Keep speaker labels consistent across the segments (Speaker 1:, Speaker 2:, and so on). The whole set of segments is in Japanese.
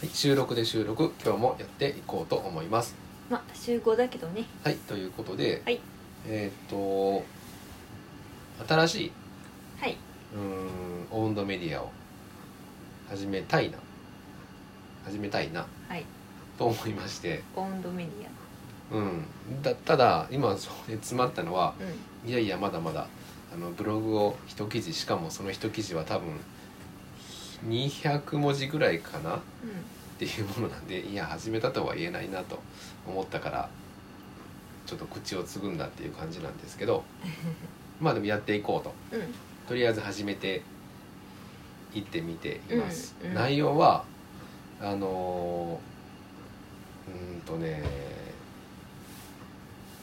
Speaker 1: はい、収録で収録今日もやっていこうと思います
Speaker 2: まあ集合だけどね
Speaker 1: はいということで、
Speaker 2: はい
Speaker 1: えーっと新しい
Speaker 2: はいう
Speaker 1: ーんオウンドメディアを始めたいな始めたいな
Speaker 2: はい
Speaker 1: と思いまして、
Speaker 2: オウンドメディ
Speaker 1: うん、だただ今それ詰まったのは
Speaker 2: アうん
Speaker 1: いやいやまだまだあのブログを一記事しかもその一記事は多分200文字ぐらいかなっていうものなんでいや始めたとは言えないなと思ったからちょっと口をつぐんだっていう感じなんですけどまあでもやっていこうと
Speaker 2: うんうん
Speaker 1: とりあえず始めていってみています、
Speaker 2: うんうん
Speaker 1: 内容はあのーうーんとね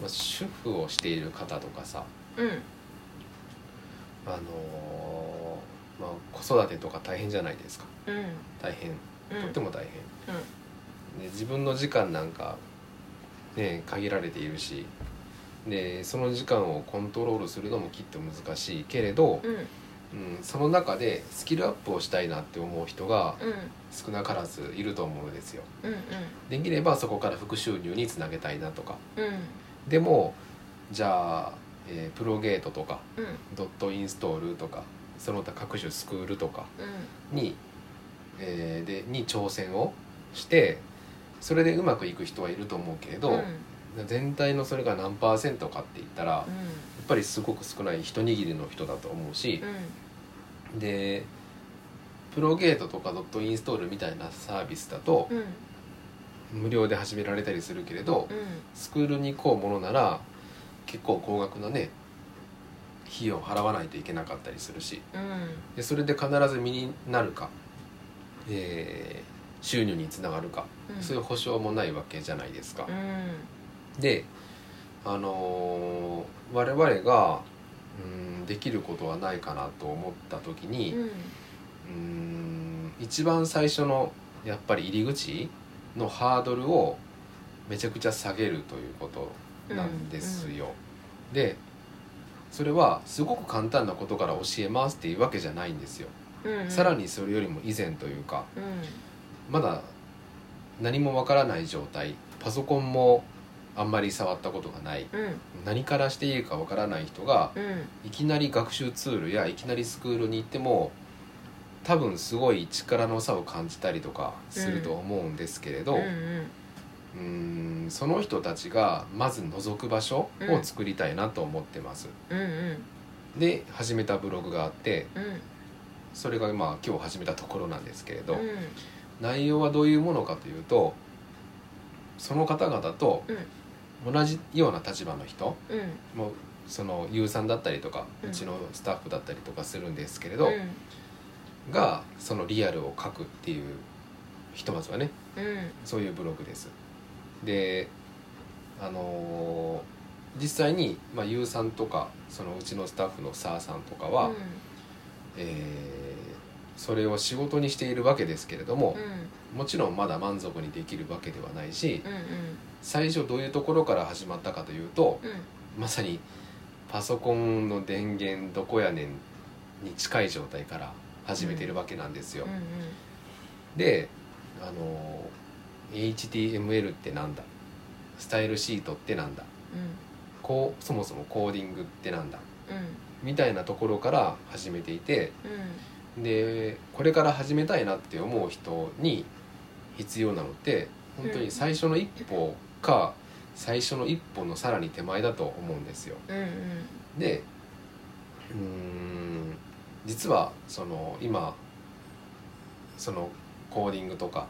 Speaker 1: まあ主婦をしている方とかさ
Speaker 2: うん
Speaker 1: あのーまあ、子育てとか大変じゃないですか
Speaker 2: うん
Speaker 1: 大変
Speaker 2: うん
Speaker 1: とっても大変、で自分の時間なんかね限られているしでその時間をコントロールするのもきっと難しいけれど、
Speaker 2: うんうん
Speaker 1: うん、その中でスキルアップをしたいなって思う人が
Speaker 2: うん
Speaker 1: 少なからずいると思うんですよ。
Speaker 2: うん
Speaker 1: できればそこから副収入につなげたいなとか
Speaker 2: うん
Speaker 1: でもじゃあ、えープロゲートとか
Speaker 2: うん
Speaker 1: ドットインストールとかその他各種スクールとかに,、えーでに挑戦をしてそれでうまくいく人はいると思うけれど、
Speaker 2: うん
Speaker 1: 全体のそれが何パーセントかって言ったらやっぱりすごく少ない一握りの人だと思うし
Speaker 2: う、ん
Speaker 1: でプロゲートとかドットインストールみたいなサービスだと
Speaker 2: うん
Speaker 1: 無料で始められたりするけれど
Speaker 2: うん
Speaker 1: スクールに行こうものなら結構高額なね費用を払わないといけなかったりするし
Speaker 2: うん
Speaker 1: でそれで必ず身になるか、えー収入につながるか
Speaker 2: うん
Speaker 1: そういう保証もないわけじゃないですか
Speaker 2: う。ん
Speaker 1: で、あのー我々がうんできることはないかなと思った時に、
Speaker 2: うん
Speaker 1: うーん一番最初のやっぱり入り口のハードルをめちゃくちゃ下げるということなんですよ。でそれはすごく簡単なことから教えますっていうわけじゃないんですよ。
Speaker 2: うん
Speaker 1: さらにそれよりも以前というか
Speaker 2: うん
Speaker 1: まだ何もわからない状態パソコンもあんまり触ったことがない
Speaker 2: うん
Speaker 1: 何からしていいかわからない人が
Speaker 2: うん
Speaker 1: いきなり学習ツールやいきなりスクールに行っても多分すごい力の差を感じたりとかすると思うんですけれど、う、
Speaker 2: うんん
Speaker 1: んその人たちがまず覗く場所を作りたいなと思ってます。
Speaker 2: うんうん
Speaker 1: で始めたブログがあって
Speaker 2: うん
Speaker 1: それがまあ今日始めたところなんですけれど、
Speaker 2: うん
Speaker 1: 内容はどういうものかというとその方々と同じような立場の人
Speaker 2: うん
Speaker 1: もうその優さんだったりとか
Speaker 2: うん
Speaker 1: うちのスタッフだったりとかするんですけれ
Speaker 2: う
Speaker 1: ど、
Speaker 2: ん
Speaker 1: がそのリアルを書くっていうひとまずはね
Speaker 2: うん
Speaker 1: そういうブログですであのー実際に、まあ、ゆうさんとかそのうちのスタッフのさあさんとかは、えーそれを仕事にしているわけですけれども
Speaker 2: うんう、ん
Speaker 1: もちろんまだ満足にできるわけではないし
Speaker 2: うんうん
Speaker 1: 最初どういうところから始まったかというと
Speaker 2: うん
Speaker 1: まさにパソコンの電源どこやねんに近い状態から始めているわけなんですよ。であの HTML ってなんだスタイルシートってなんだこうそもそもコーディングってなんだみたいなところから始めていてでこれから始めたいなって思う人に必要なのって本当に最初の一歩か最初の一歩のさらに手前だと思うんですよ。でうーん実はその今そのコーディングとか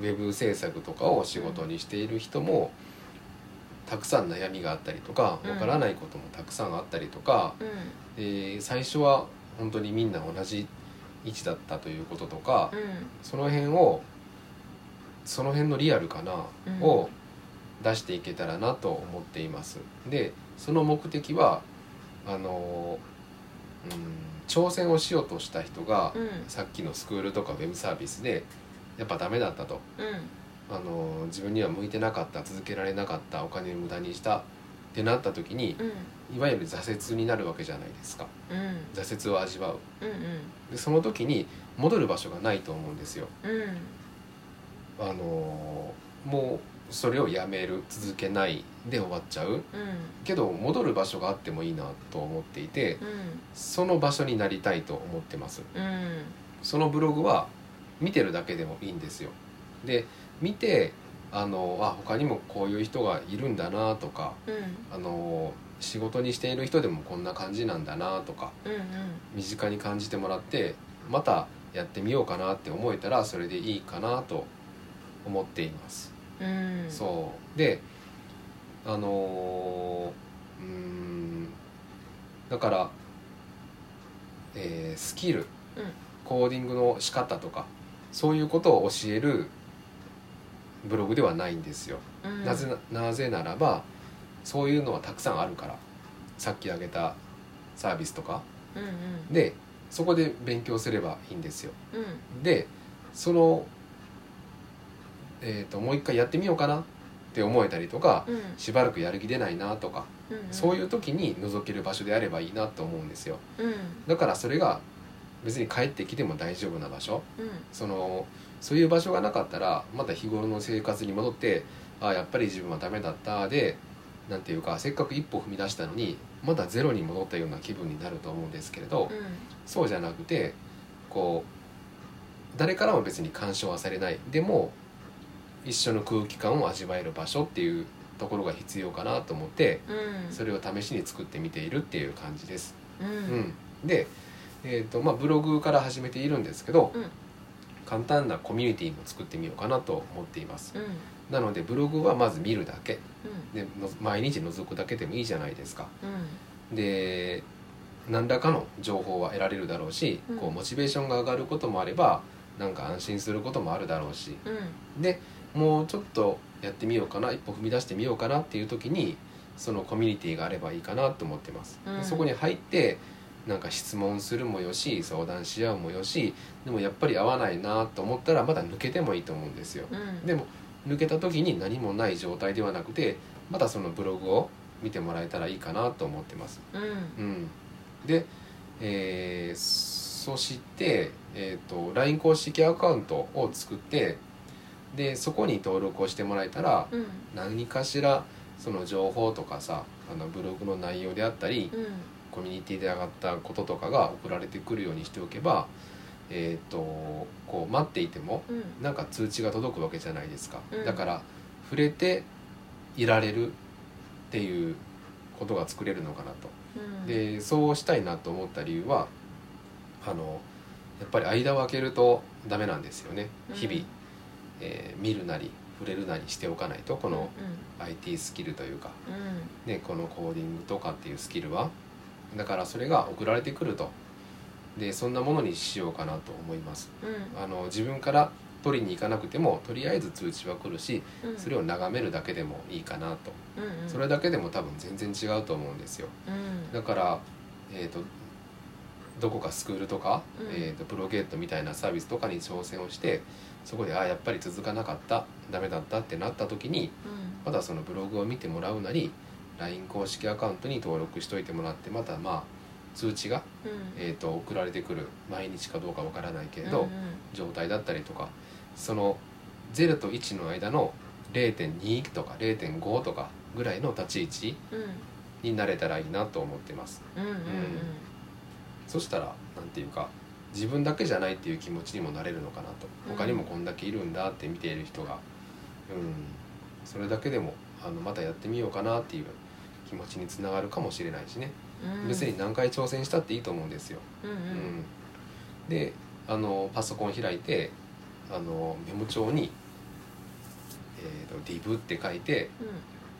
Speaker 1: ウェブ制作とかを仕事にしている人もたくさん悩みがあったりとか
Speaker 2: うん
Speaker 1: わからないこともたくさんあったりとか、で最初は本当にみんな同じ位置だったということとか、その辺をその辺のリアルかな
Speaker 2: うん
Speaker 1: を出していけたらなと思っています。でその目的はあのうん挑戦をしようとした人が、さっきのスクールとかウェブサービスでやっぱダメだったとあの自分には向いてなかった続けられなかったお金を無駄にしたってなった時にいわゆる挫折になるわけじゃないですか挫折を味わうでその時に戻る場所がないと思うんですよあのもうそれをやめる続けないで終わっちゃう
Speaker 2: うん
Speaker 1: けど戻る場所があってもいいなと思っていて
Speaker 2: うん
Speaker 1: その場所になりたいと思ってます
Speaker 2: うん
Speaker 1: そのブログは見てるだけでもいいんですよで見てあのあ他にもこういう人がいるんだなとか
Speaker 2: うん
Speaker 1: あの仕事にしている人でもこんな感じなんだなとか
Speaker 2: うん
Speaker 1: 身近に感じてもらってまたやってみようかなって思えたらそれでいいかなと思っています、
Speaker 2: うんうん
Speaker 1: そうであのーうーんだから、えースキル、コーディングの仕方とかそういうことを教えるブログではないんですよ
Speaker 2: うん
Speaker 1: なぜななぜならばそういうのはたくさんあるからさっき挙げたサービスとか
Speaker 2: うんうん
Speaker 1: でそこで勉強すればいいんですよ
Speaker 2: うん
Speaker 1: でその、えー、ともう一回やってみようかなって思えたりとか
Speaker 2: うん
Speaker 1: しばらくやる気出ないなとか
Speaker 2: うんうん
Speaker 1: そういう時に覗ける場所であればいいなと思うんですよ
Speaker 2: うんうん
Speaker 1: だからそれが別に帰ってきても大丈夫な場所
Speaker 2: うん
Speaker 1: そのそういう場所がなかったらまた日頃の生活に戻ってああやっぱり自分はダメだったでなんていうかせっかく一歩踏み出したのにまだゼロに戻ったような気分になると思うんですけれど、そうじゃなくてこう誰からも別に干渉はされないでも一緒の空気感を味わえる場所っていうところが必要かなと思って
Speaker 2: うん
Speaker 1: それを試しに作ってみているっていう感じです。
Speaker 2: うんう
Speaker 1: うんん、で、えーとまあ、ブログから始めているんですけど、
Speaker 2: うん
Speaker 1: 簡単なコミュニティも作ってみようかなと思っています。
Speaker 2: うん
Speaker 1: なのでブログはまず見るだけ
Speaker 2: うん
Speaker 1: での毎日覗くだけでもいいじゃないですか。
Speaker 2: うん
Speaker 1: で何らかの情報は得られるだろうし、
Speaker 2: うん
Speaker 1: こうモチベーションが上がることもあればなんか安心することもあるだろうし
Speaker 2: うん
Speaker 1: でもうちょっとやってみようかな一歩踏み出してみようかなっていう時にそのコミュニティがあればいいかなと思ってます、で
Speaker 2: うん
Speaker 1: そこに入ってなんか質問するもよし相談し合うもよしでもやっぱり合わないなと思ったらまだ抜けてもいいと思うんですよ
Speaker 2: うん
Speaker 1: でも抜けた時に何もない状態ではなくてまたそのブログを見てもらえたらいいかなと思ってます
Speaker 2: うん
Speaker 1: うん、で、えーそして、えー、と LINE 公式アカウントを作ってでそこに登録をしてもらえたら
Speaker 2: うん
Speaker 1: 何かしらその情報とかさあのブログの内容であったり
Speaker 2: うん
Speaker 1: コミュニティで上がったこととかが送られてくるようにしておけば、えー、とこう待っていても
Speaker 2: うん
Speaker 1: なんか通知が届くわけじゃないですか、
Speaker 2: うん
Speaker 1: だから触れていられるっていうことが作れるのかなと
Speaker 2: うん
Speaker 1: でそうしたいなと思った理由はあのやっぱり間を空けるとダメなんですよね日々、
Speaker 2: うん
Speaker 1: えー見るなり触れるなりしておかないとこの IT スキルというか、
Speaker 2: うんうん
Speaker 1: ね、このコーディングとかっていうスキルはだからそれが送られてくるとでそんなものにしようかなと思います
Speaker 2: うん
Speaker 1: あの自分から取りに行かなくてもとりあえず通知は来るし
Speaker 2: うん
Speaker 1: それを眺めるだけでもいいかなと
Speaker 2: うんうん
Speaker 1: それだけでも多分全然違うと思うんですよ
Speaker 2: うん
Speaker 1: だから、えー、とどこかスクールとか、
Speaker 2: うん
Speaker 1: えー、とプロゲートみたいなサービスとかに挑戦をしてそこでああやっぱり続かなかったダメだったってなった時に
Speaker 2: うん
Speaker 1: またそのブログを見てもらうなり LINE 公式アカウントに登録しといてもらってまたまあ通知が、
Speaker 2: うん
Speaker 1: えー、と送られてくる毎日かどうかわからないけれ
Speaker 2: う
Speaker 1: ど
Speaker 2: ん
Speaker 1: 状態だったりとかその0と1の間の0.2とか0.5とかぐらいの立ち位置
Speaker 2: うん
Speaker 1: になれたらいいなと思ってます。
Speaker 2: うんうん
Speaker 1: そしたらなんていうか自分だけじゃないっていう気持ちにもなれるのかなと
Speaker 2: うん
Speaker 1: 他にもこんだけいるんだって見ている人がうんそれだけでもあのまたやってみようかなっていう気持ちにつながるかもしれないしね
Speaker 2: うんうん
Speaker 1: 別に何回挑戦したっていいと思うんですよ。
Speaker 2: うんう
Speaker 1: うんん、であのパソコン開いてあのメモ帳に「えー、と DIV」って書いて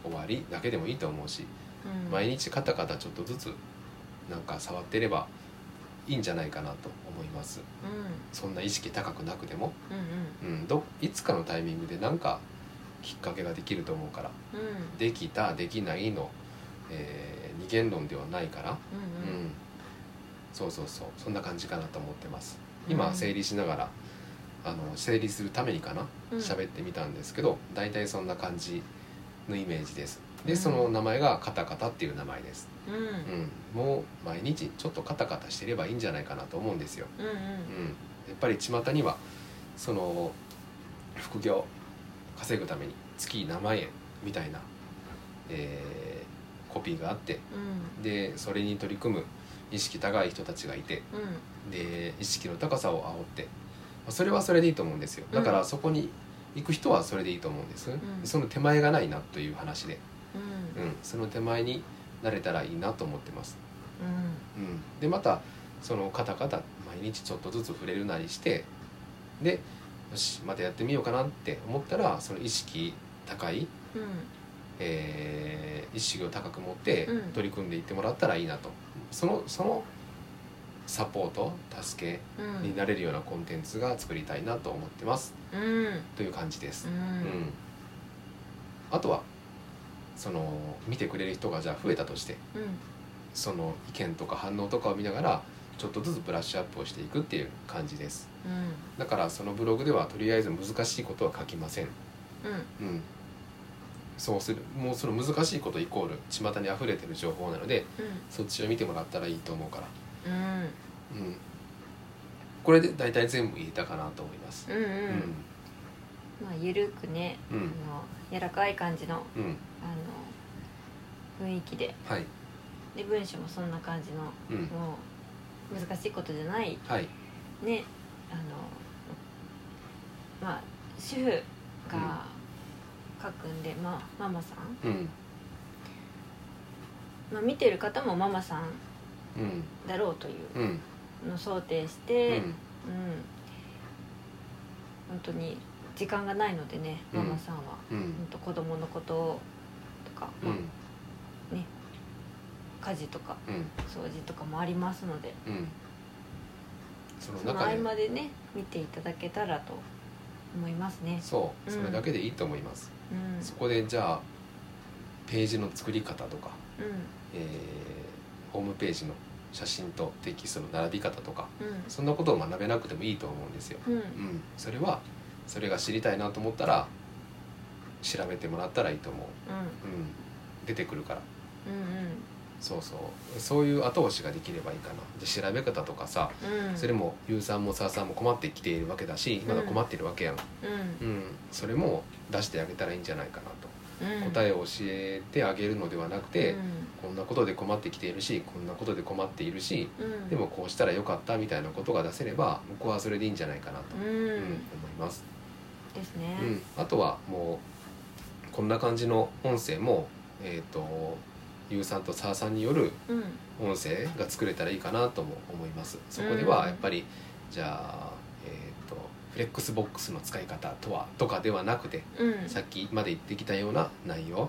Speaker 1: 終わりだけでもいいと思うし
Speaker 2: うん
Speaker 1: 毎日カタカタちょっとずつなんか触ってればいいんじゃないかなと思います
Speaker 2: うん
Speaker 1: そんな意識高くなくても、
Speaker 2: うん
Speaker 1: うん、どいつかのタイミングでなんかきっかけができると思うから
Speaker 2: うんう
Speaker 1: 「
Speaker 2: ん
Speaker 1: できた」「できないの」えー二元論ではないから、
Speaker 2: う
Speaker 1: うんん、そうそうそうそんな感じかなと思ってます
Speaker 2: うん
Speaker 1: 今整理しながらあの整理するためにかな
Speaker 2: うん
Speaker 1: 喋ってみたんですけど大体そんな感じのイメージです
Speaker 2: う
Speaker 1: で
Speaker 2: ん
Speaker 1: その名前が「カタカタ」っていう名前です
Speaker 2: うんう
Speaker 1: う
Speaker 2: ん
Speaker 1: ん、もう毎日ちょっとカタカタしてればいいんじゃないかなと思うんですよ、
Speaker 2: うんうん
Speaker 1: うん、やっぱり巷にはその副業稼ぐために月何万円みたいな、えーコピーがあって
Speaker 2: うん
Speaker 1: でそれに取り組む意識高い人たちがいて
Speaker 2: うん
Speaker 1: で意識の高さを煽ってまあそれはそれでいいと思うんですよだからそこに行く人はそれでいいと思うんです、
Speaker 2: ん
Speaker 1: その手前がないなという話で、
Speaker 2: うん
Speaker 1: うん、その手前になれたらいいなと思ってます、
Speaker 2: うん
Speaker 1: うん、でまたその方々毎日ちょっとずつ触れるなりしてでよしまたやってみようかなって思ったらその意識高い、
Speaker 2: う
Speaker 1: えー意識を高く持って
Speaker 2: うん
Speaker 1: 取り組んでいってもらったらいいなと、そのそのサポート助け
Speaker 2: んうん
Speaker 1: になれるようなコンテンツが作りたいなと思ってます
Speaker 2: うん
Speaker 1: という感じです
Speaker 2: う、
Speaker 1: うん
Speaker 2: ん
Speaker 1: あとはその見てくれる人がじゃあ増えたとして
Speaker 2: うん
Speaker 1: その意見とか反応とかを見ながらちょっとずつブラッシュアップをしていくっていう感じです
Speaker 2: うん
Speaker 1: だからそのブログではとりあえず難しいことは書きません、
Speaker 2: うん
Speaker 1: うん、そうするもうその難しいことイコール巷に溢れてる情報なのでそっちを見てもらったらいいと思うから、
Speaker 2: うん
Speaker 1: うん、これで大体全部言えたかなと思います、
Speaker 2: うんうんまあゆるくね
Speaker 1: うんうん
Speaker 2: あの柔らかい感じの
Speaker 1: うん
Speaker 2: あの雰囲気で
Speaker 1: はい
Speaker 2: で文章もそんな感じの
Speaker 1: うん
Speaker 2: もう難しいことじゃない
Speaker 1: はい
Speaker 2: ねあのまあ主婦が書くんで、まあママさん、
Speaker 1: うん
Speaker 2: まあ、見てる方もママさん
Speaker 1: うん
Speaker 2: だろうとい
Speaker 1: うん
Speaker 2: うのを想定し
Speaker 1: う
Speaker 2: て、
Speaker 1: ん
Speaker 2: うん本当に時間がないのでね
Speaker 1: うん
Speaker 2: ママさんは、
Speaker 1: う
Speaker 2: 本
Speaker 1: ん
Speaker 2: 当子供のこととか、
Speaker 1: うん
Speaker 2: 家事とか
Speaker 1: うん
Speaker 2: 掃除とかもありますので
Speaker 1: うんその
Speaker 2: その
Speaker 1: 中
Speaker 2: 合
Speaker 1: で
Speaker 2: 間でね見ていただけたらと思いますね。
Speaker 1: そう
Speaker 2: うん
Speaker 1: それだけでいいと思います、
Speaker 2: うん
Speaker 1: そこでじゃあページの作り方とか、
Speaker 2: う
Speaker 1: えーホームページの写真とテキストの並び方とか
Speaker 2: んうん
Speaker 1: そんなことを学べなくてもいいと思うんですよ、
Speaker 2: うん
Speaker 1: うん、それはそれが知りたいなと思ったら調べてもらったらいいと思う、うん、出てくるから
Speaker 2: うん
Speaker 1: そうそうそういう後押しができればいいかなで調べ方とかさ
Speaker 2: うんうん
Speaker 1: それもユーザーもサーさんも困ってきているわけだしまだ困ってるわけやん、
Speaker 2: うん
Speaker 1: うん、それも出してあげたらいいんじゃないかなと
Speaker 2: うん
Speaker 1: 答えを教えてあげるのではなくて、
Speaker 2: うん
Speaker 1: こんなことで困ってきているしこんなことで困っているし
Speaker 2: うん
Speaker 1: でもこうしたらよかったみたいなことが出せれば僕はそれでいいんじゃないかなと、
Speaker 2: うん
Speaker 1: うん思います、
Speaker 2: です
Speaker 1: う
Speaker 2: ね
Speaker 1: ん、あとはもうこんな感じの音声もえっ、とゆうさんとさーさんによる
Speaker 2: うん
Speaker 1: 音声が作れたらいいかなとも思いますそこではやっぱりじゃあえっ、とフレックスボックスの使い方とはとかではなくて
Speaker 2: うんうん
Speaker 1: さっきまで言ってきたような内容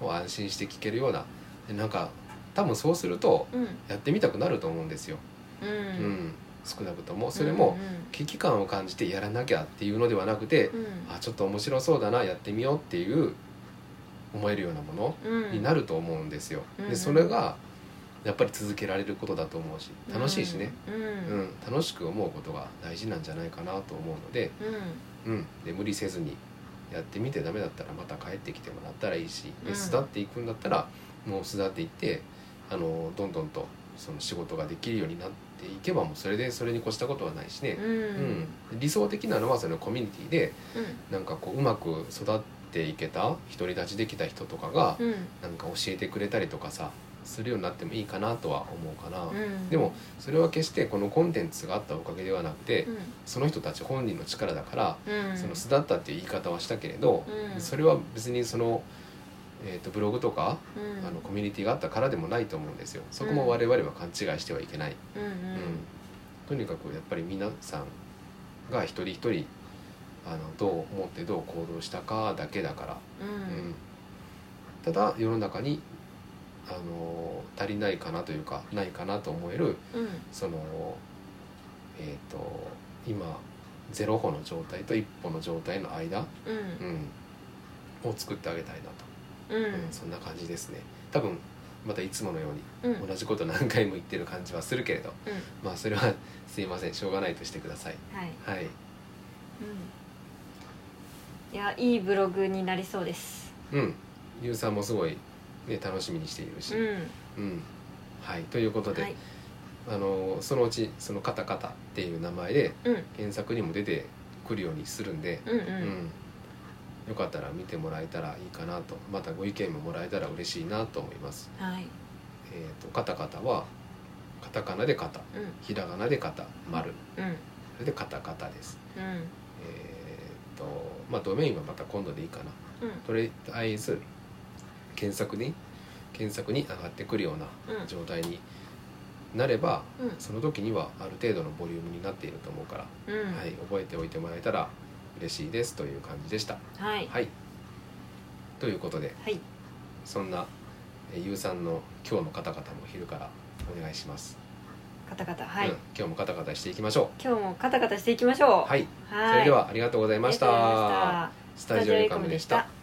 Speaker 1: を安心して聞けるようなでなんか多分そうすると
Speaker 2: うん
Speaker 1: やってみたくなると思うんですよ、
Speaker 2: う
Speaker 1: うんん、少なくともそれも危機感を感じてやらなきゃっていうのではなくて
Speaker 2: うん
Speaker 1: あちょっと面白そうだなやってみようっていう思えるようなもの
Speaker 2: うん
Speaker 1: になると思うんですよ
Speaker 2: うんう
Speaker 1: で
Speaker 2: ん
Speaker 1: それがやっぱり続けられることだと思うし楽しいしね、
Speaker 2: うんう
Speaker 1: うん
Speaker 2: ん
Speaker 1: 楽しく思うことが大事なんじゃないかなと思うので,、うん、で無理せずにやってみてダメだったらまた帰ってきてもらったらいいし
Speaker 2: う
Speaker 1: で
Speaker 2: ん
Speaker 1: 巣立っていくんだったらもう巣立っていってあのどんどんとその仕事ができるようになっていけばもうそれでそれに越したことはないしね
Speaker 2: う、ん
Speaker 1: うん理想的なのはそのコミュニティでなんかこううまく育っていけた独り立ちできた人とかが
Speaker 2: うん
Speaker 1: なんか教えてくれたりとかさするようになってもいいかなとは思うかな。
Speaker 2: うん
Speaker 1: でもそれは決してこのコンテンツがあったおかげではなくて、
Speaker 2: うん
Speaker 1: その人たち本人の力だから、
Speaker 2: うん
Speaker 1: その巣立ったっていう言い方はしたけれど、
Speaker 2: うん
Speaker 1: それは別にその、えー、とブログとか、
Speaker 2: うん
Speaker 1: あのコミュニティがあったからでもないと思うんですよそこも我々は勘違いしてはいけない、
Speaker 2: うん
Speaker 1: うんとにかくやっぱり皆さんが一人一人あのどう思ってどう行動したかだけだから、
Speaker 2: うんう
Speaker 1: うんんただ世の中にあの足りないかなというかないかなと思える
Speaker 2: うん
Speaker 1: そのえっ、と今ゼロ歩の状態と一歩の状態の間、
Speaker 2: うん
Speaker 1: うん、を作ってあげたいな
Speaker 2: うん
Speaker 1: と、うんそんな感じですね多分またいつものように
Speaker 2: うん
Speaker 1: 同じこと何回も言ってる感じはするけれど
Speaker 2: うん
Speaker 1: まあそれは すいませんしょうがないとしてください
Speaker 2: はい
Speaker 1: はい
Speaker 2: うんいやいいブログになりそうです
Speaker 1: うんゆうさんもすごい、ね、楽しみにしているし、
Speaker 2: うん
Speaker 1: うんはいということで、
Speaker 2: はい
Speaker 1: あのそのうちその「カタカタ」っていう名前で
Speaker 2: うん
Speaker 1: 検索にも出て来るようにするんで、
Speaker 2: うんうん
Speaker 1: うんよかったら見てもらえたらいいかなとまたご意見ももらえたら嬉しいなと思います。
Speaker 2: はい
Speaker 1: えー、とカタカタはカタカナでカタ
Speaker 2: うん
Speaker 1: ひらがなでカタ丸
Speaker 2: うん
Speaker 1: それでカタカタです。
Speaker 2: うん
Speaker 1: えー、とまあドメインはまた今度でいいかな
Speaker 2: うん
Speaker 1: とりあえず検索に検索に上がってくるような
Speaker 2: うん
Speaker 1: 状態になれば、
Speaker 2: うん
Speaker 1: その時にはある程度のボリュームになっていると思うから、
Speaker 2: うん
Speaker 1: はい、覚えておいてもらえたら嬉しいですという感じでした。
Speaker 2: はい
Speaker 1: はい、ということで
Speaker 2: はい
Speaker 1: そんなえーゆうさんの今日の方々も昼からお願いします。
Speaker 2: カタカタはい、
Speaker 1: うん今日もカタカタしていきましょ
Speaker 2: 今日もカタカタしていきましょ
Speaker 1: う。
Speaker 2: う
Speaker 1: はい、
Speaker 2: は
Speaker 1: それではありがとうござい
Speaker 2: ありが
Speaker 1: ま
Speaker 2: とうございまし
Speaker 1: した。ス
Speaker 2: たスタ
Speaker 1: タ
Speaker 2: ジ
Speaker 1: ジ
Speaker 2: オ
Speaker 1: オ
Speaker 2: リ
Speaker 1: リ
Speaker 2: カ
Speaker 1: カ
Speaker 2: ム
Speaker 1: ム
Speaker 2: で
Speaker 1: で
Speaker 2: し
Speaker 1: したた。